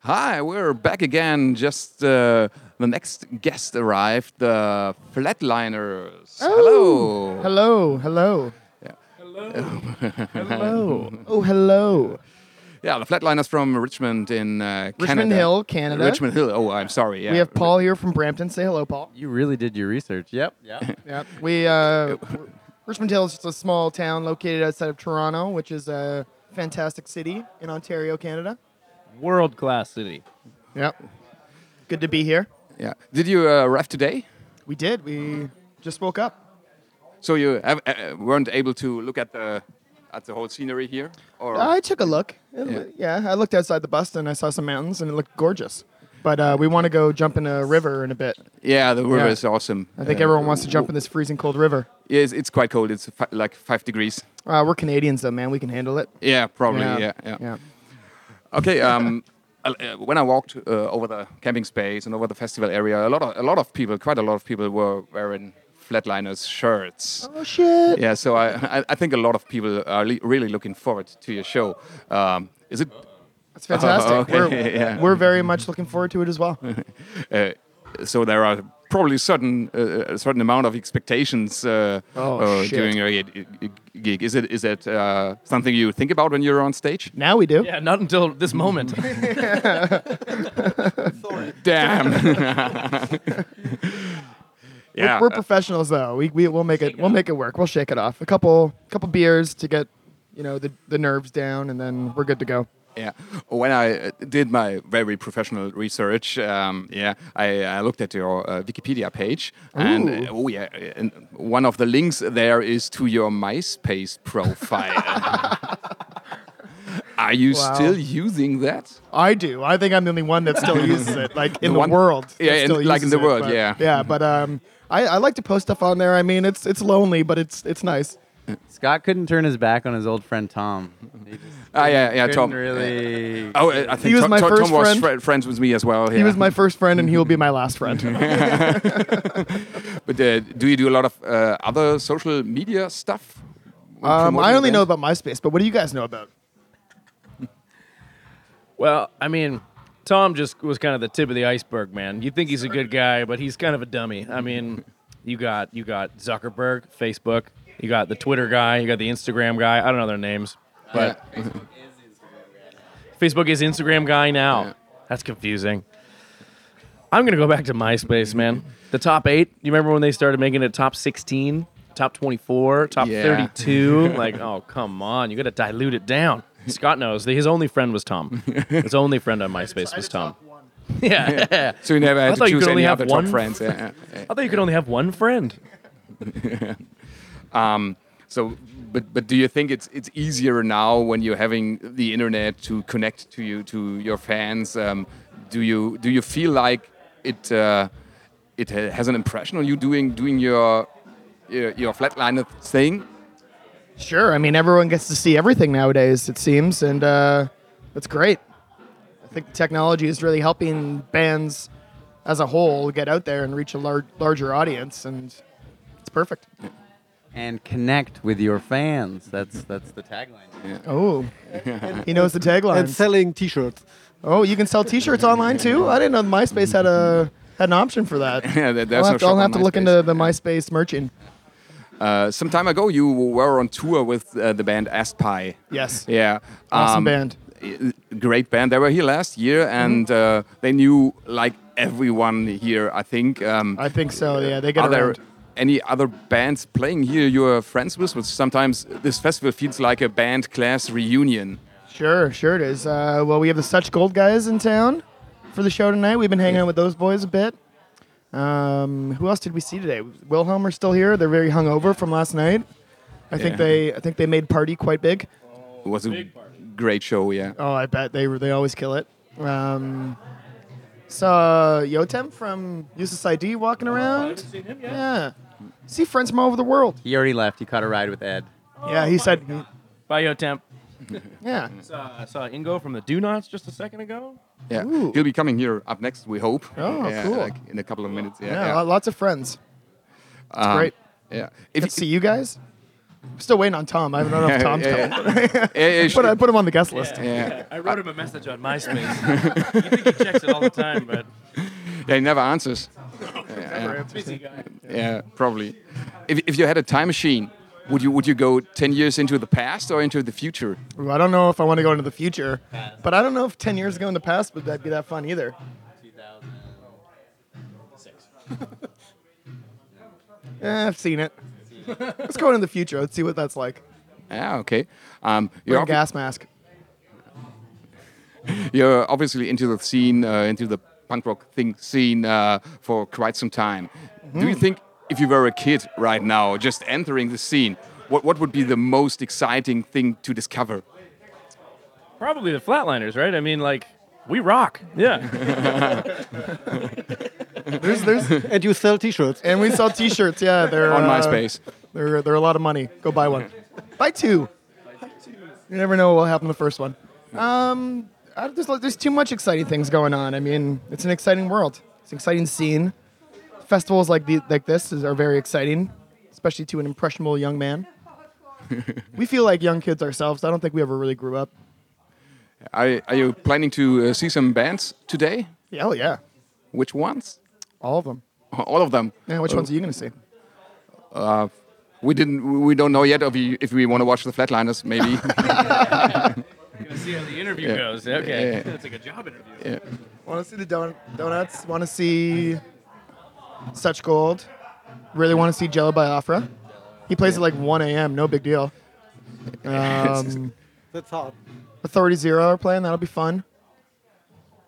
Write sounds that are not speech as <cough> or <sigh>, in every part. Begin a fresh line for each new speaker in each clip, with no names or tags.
Hi, we're back again. Just uh, the next guest arrived, the Flatliners.
Oh.
Hello.
Hello, hello. Hello. hello. Oh, hello.
Yeah, the Flatliners from Richmond in uh, Canada.
Richmond Hill, Canada.
Richmond Hill. Oh, I'm sorry. Yeah.
We have Paul here from Brampton. Say hello, Paul.
You really did your research. Yep. <laughs> Yep.
Yep. We uh, Richmond Hill is just a small town located outside of Toronto, which is a fantastic city in Ontario, Canada.
World class city.
Yep. Good to be here.
Yeah. Did you uh, arrive today?
We did. We just woke up.
So you have, uh, weren't able to look at the at the whole scenery here, or
I took a look. It lo- yeah. I looked outside the bus and I saw some mountains and it looked gorgeous. But uh, we want to go jump in a river in a bit.
yeah, the river
Yeah.
is awesome.
I think everyone wants to jump in this freezing cold river.
Yeah, it's, it's quite cold. It's fi- like five degrees.
Uh, we're Canadians though, man. We can handle it.
Yeah, probably. yeah. yeah. Okay. Um, uh, uh, when I walked uh, over the camping space and over the festival area, a lot of a lot of people, quite a lot of people, were wearing flatliners shirts.
Oh shit.
Yeah, so I, I I think a lot of people are le- really looking forward to your show. Um, is it
It's fantastic.
Oh, okay.
We're,
<laughs> Yeah.
we're very much looking forward to it as
<laughs>
well.
uh, so? There are probably certain uh, a certain amount of expectations uh,
Oh,
uh,
shit.
during a gi- gi- gig. Is it is that uh, something you think about when you're on stage?
Now we do.
Yeah, not until this moment.
<laughs>
Damn. <laughs> yeah.
we're, we're professionals though. We, we we'll make it we'll make it work. We'll shake it off. A couple couple beers to get you know the the nerves down, and then we're good to go.
Yeah, when I uh, did my very professional research, um, yeah, I, I looked at your uh, Wikipedia page, and uh, oh yeah, uh, and one of the links there is to your MySpace
<laughs>
profile. Are you
Wow.
still using that?
I do. I think I'm the only one that <laughs> still uses it, like in the,
one-
world. that
Yeah, in-
still
like in
uses
the
it,
world,
but-
yeah.
yeah. But um, I, I like to post stuff on there. I mean, it's it's lonely, but it's it's nice.
<laughs> Scott couldn't turn his back on his old friend Tom. He just
Ah, yeah, <laughs> yeah,
couldn't
Tom.
Really.
<laughs> Oh, uh, I think
was
Tom,
my
Tom,
first
Tom was
friend.
fri- friends with me as well.
He
yeah.
was my first friend, and he will be my
<laughs>
last friend.
But uh, do you do a lot of uh, other social media stuff? when
um,
promoting
I only know
events?
about MySpace, but what do you guys know about?
Well, I mean, Tom just was kind of the tip of the iceberg, man. You think he's a good guy, but he's kind of a dummy. I mean, you got you got Zuckerberg, Facebook, you got the Twitter guy, you got the Instagram guy. I don't know their names, but Facebook is Instagram guy now. That's confusing. I'm gonna go back to MySpace, man. The top eight. You remember when they started making it top 16, top 24, top
Yeah.
32? like, oh come on, you gotta dilute it down. Scott knows that his only friend was Tom. His only friend on MySpace was Tom. Yeah.
So you never had to
thought you
choose
could only
any
have
other top
one
friends. yeah, yeah,
<laughs>
yeah.
I thought you could only have one friend.
So, but but do you think it's it's easier now when you're having the internet to connect to you to your fans? Um, do you do you feel like it uh, it ha- has an impression on you doing doing your your, your flatliner thing? <laughs>
Sure. I mean, everyone gets to see everything nowadays, it seems, and uh, that's great. I think technology is really helping bands as a whole get out there and reach a lar- larger audience, and it's perfect.
And connect with your fans. That's that's the tagline.
Oh, <laughs> he knows the tagline.
and selling T-shirts.
oh, you can sell T-shirts online too. I didn't know MySpace had a had an option for
<laughs>
that.
Yeah, there- there's no
I'll have to,
shop
I'll
on
have to look
MySpace.
into the MySpace merchant.
Uh, some time ago, you were on tour with uh, the band Astpie.
Yes.
Yeah,
Awesome
um,
band. Mm-hmm.
i- Great band. They were here last year, and uh, they knew like everyone here. I think. Um,
I think so. Yeah, they get
are there
around.
any other bands playing here you are friends with? Which sometimes this festival feels like a band class reunion.
Sure, sure it is. Uh, well, we have the Such Gold guys in town for the show tonight. We've been hanging out with those boys a bit. Um, who else did we see today? Wilhelm are still here. They're very hungover from last night. I
Yeah.
think they, I think they made party quite big.
It was a great show, yeah.
Oh, I bet they were. They always kill it. Um, saw Yotem from Useless ID walking around. yeah. see friends from all over the world.
He already left. He caught a ride with Ed.
yeah, he said.
Biotemp.
Yeah,
Saw, I saw Ingo from the Do Nots just a second ago.
Yeah,
Ooh.
he'll be coming here up next. We hope.
Oh,
yeah,
cool.
Like in a couple of minutes. Yeah,
yeah,
yeah.
Um, lo- lots of friends. It's great.
yeah. <laughs> If
Good to see you guys. I'm still waiting on Tom. I don't
<laughs>
know if Tom's coming.
Yeah, yeah,
<laughs> But I
sure.
put him on the guest list.
Yeah.
I wrote him a message on MySpace. <laughs> you think he checks it all the time, but
Yeah, he never answers. Yeah,
busy guy.
yeah, probably. If, if you had a time machine, would you would you go ten years into the past or into the future?
Ooh, I don't know if I want to go into the future, but I don't know if 10 years ago in the past would that be that fun either. <laughs> Eh, I've seen it. Let's go into the future. Let's see what that's like.
Yeah, okay. Um, you're,
Wear a
obvi-
gas mask.
you're obviously into the scene, uh, into the punk rock thing scene uh, for quite some time. Do you think if you were a kid right now, just entering the scene, what, what would be the most exciting thing to discover?
Probably the Flatliners, right? I mean, like, we rock. Yeah.
There's, there's,
And you sell T-shirts.
and we sell T-shirts. Yeah, they're
On
uh,
MySpace.
They're they're a lot of money. Go buy one. buy two. You never know what will happen the first one. Um, I, there's like- there's too much exciting things going on. I mean, it's an exciting world. It's an exciting scene. Festivals like the like this is, are very exciting, especially to an impressionable young man. we feel like young kids ourselves. I don't think we ever really grew up.
Are, are you planning to uh, see some bands today?
Hell yeah,
Which ones?
all of them.
All of them.
Yeah, which ones are you gonna see?
We didn't. We don't know yet if we, if we want to watch the Flatliners. Maybe. <laughs>
Gonna see how the interview
Yeah.
goes. Okay.
Yeah.
That's like a job interview.
yeah.
Want to see the don- donuts? Want to see Such Gold? Really want to see Jello Biafra? He plays at like 1 a.m. No big <laughs> deal. Um,
That's hot.
Authority Zero are playing. That'll be fun.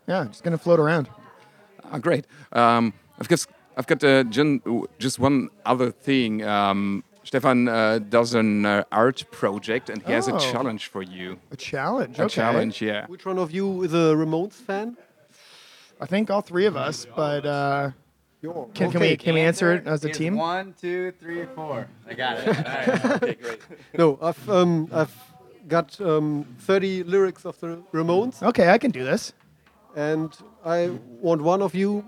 Yeah, just gonna float around.
Ah, great. Um, I've got I've got uh, gen, just one other thing. Um, Stefan uh, does an uh, art project, and he has a
Oh.
challenge for you.
A challenge.
A
okay.
challenge, yeah.
Which one of you is a Ramones fan?
I think all three of us, but uh,
You're.
can, can we can we answer it as a
is
team?
One, two, three, four. I got it. All right. Okay, great.
No, I've um, I've got um, 30 lyrics of the Ramones,
Okay, I can do this.
and I want one of you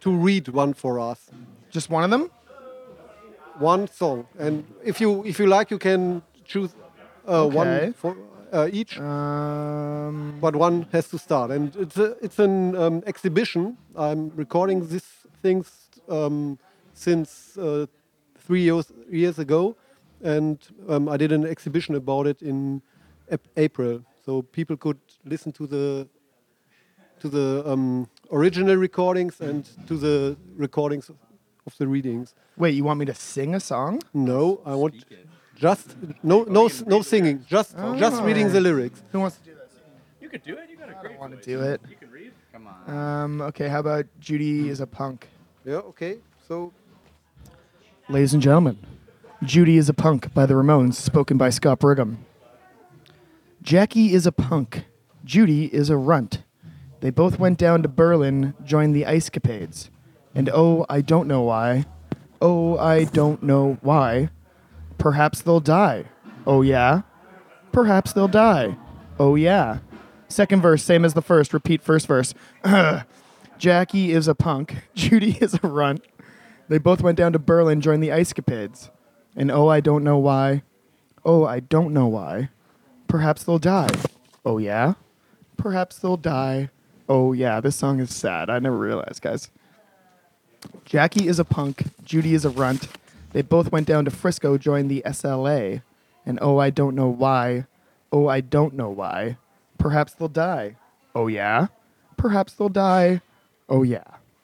to read one for us,
Just one of them.
one song. And if you if you like, you can choose uh,
Okay.
one for uh, each,
Um,
but one has to start. And it's a, it's an um, exhibition. I'm recording these things um, since uh, three years years ago, and um, I did an exhibition about it in ap- April, so people could listen to the to the um, original recordings and to the recordings of the readings.
wait, you want me to sing a song?
No, I want just no no s- no singing, just just reading the lyrics.
Who wants to do this?
You could do it. You got a great
I want to
voice.
do it.
You can read.
Come on.
Um, okay, how about Judy is a punk?
Yeah, okay. So
Ladies and gentlemen, Judy is a Punk by the Ramones, spoken by Scott Brigham. Jackie is a punk. Judy is a runt. They both went down to Berlin, joined the Ice Capades. And oh, I don't know why. Oh, I don't know why. Perhaps they'll die. Oh, yeah. Perhaps they'll die. Oh, yeah. Second verse, same as the first. Repeat first verse. <clears throat> Jackie is a punk. <laughs> Judy is a runt. They both went down to Berlin, joined the Ice Capades. And oh, I don't know why. Oh, I don't know why. Perhaps they'll die. Oh, yeah? Perhaps they'll die. Oh, yeah. This song is sad. I never realized, guys. Jackie is a punk. Judy is a runt. They both went down to Frisco, joined the SLA. And oh, I don't know why. Oh, I don't know why. Perhaps they'll die. Oh, yeah? Perhaps they'll die. Oh, yeah.